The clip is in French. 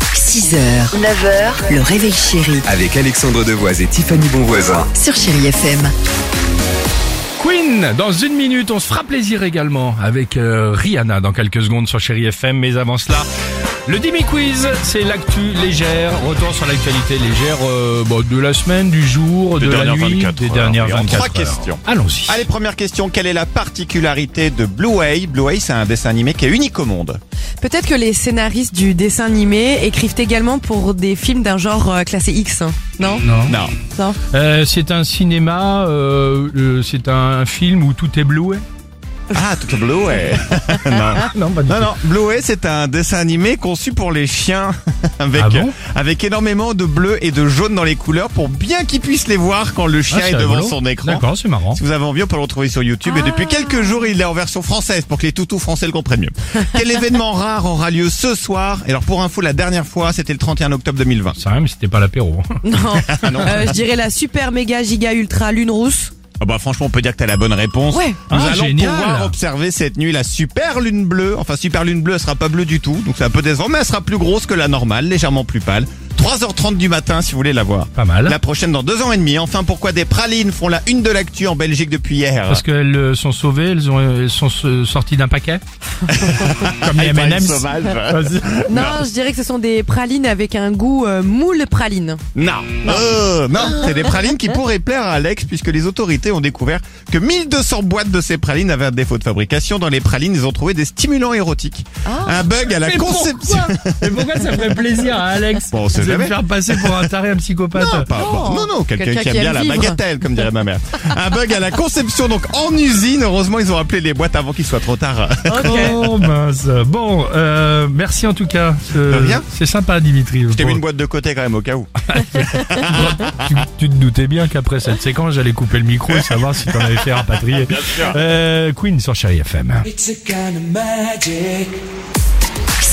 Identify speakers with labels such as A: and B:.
A: 6h, 9h, le réveil chéri
B: Avec Alexandre Devoise et Tiffany Bonvoisin.
A: sur Chéri FM.
C: Queen, dans une minute, on se fera plaisir également avec euh, Rihanna dans quelques secondes sur Chéri FM, mais avant cela, le Dimi Quiz, c'est l'actu légère, retour sur l'actualité légère euh, bon, de la semaine, du jour,
D: Des
C: de la
D: dernières
C: nuit,
D: 24
C: des
D: heures.
C: dernières
D: Et en
C: 24
D: trois
C: heures.
D: questions.
C: Allons-y.
D: Allez, première question. Quelle est la particularité de Blue Way Blue Way, c'est un dessin animé qui est unique au monde.
E: Peut-être que les scénaristes du dessin animé écrivent également pour des films d'un genre euh, classé X, hein. non
C: Non.
D: Non.
E: Non.
C: Euh, c'est un cinéma, euh, euh, c'est un film où tout est bleu.
D: Ah, tout Blue Way.
C: Ah, non, pas du
D: Non,
C: tout.
D: non. Blue Way, c'est un dessin animé conçu pour les chiens avec,
C: Ah bon
D: avec énormément de bleu et de jaune dans les couleurs pour bien qu'ils puissent les voir quand le
C: Ah,
D: chien
C: c'est
D: est devant
C: rigolo.
D: son écran.
C: D'accord, c'est marrant.
D: Si vous avez envie, on peut le retrouver sur YouTube. Et depuis quelques jours, il est en version française pour que les toutous français le comprennent mieux. Quel événement rare aura lieu ce soir Et Alors, pour info, la dernière fois, c'était le 31 octobre 2020.
C: Ça même, c'était pas l'apéro. hein.
E: Non.
D: non.
E: Euh, je dirais la super méga giga ultra lune rousse.
D: Ah bah franchement, on peut dire que t'as la bonne réponse.
E: Ouais.
D: Nous
C: Ah,
D: allons
C: génial.
D: pouvoir observer cette nuit la super lune bleue. Enfin, super lune bleue, elle sera pas bleue du tout, donc c'est un peu décevant, mais elle sera plus grosse que la normale, légèrement plus pâle. 3h30 du matin si vous voulez la voir.
C: Pas mal.
D: La prochaine dans deux ans et demi. Enfin, pourquoi des pralines font la une de l'actu en Belgique depuis hier
C: Parce qu'elles euh, sont sauvées, elles, ont, elles sont euh, sorties d'un paquet. Comme les
D: Elles paraissent
C: M&M's.
D: sauvages.
C: Vas-y.
E: Non, je dirais que ce sont des pralines avec un goût euh, moule praline.
D: Non. Euh, non, c'est des pralines qui pourraient plaire à Alex puisque les autorités ont découvert que 1200 boîtes de ces pralines avaient un défaut de fabrication. Dans les pralines, ils ont trouvé des stimulants érotiques. Un bug à la conception.
C: Mais pourquoi ça ferait plaisir à Alex
D: Bon, on sait
C: de me
D: jamais.
C: faire passer pour un taré, un psychopathe.
D: Non, pas- pas- non, non, Ah, quelqu'un qui, aime bien la
E: vivre.
D: bagatelle, comme dirait ma mère. Un bug à la conception, donc en usine. Heureusement, ils ont appelé les boîtes avant qu'il soit trop tard.
C: Oh mince. Bon, euh, merci en tout cas. Euh,
D: rien.
C: C'est sympa, Dimitri.
D: J'ai mis
C: Pour-
D: une boîte de côté quand même, au cas où.
C: tu, tu te doutais bien qu'après cette séquence, j'allais couper le micro et savoir si t'en avais fait rapatrier. Euh, Queen sur Chéri FM.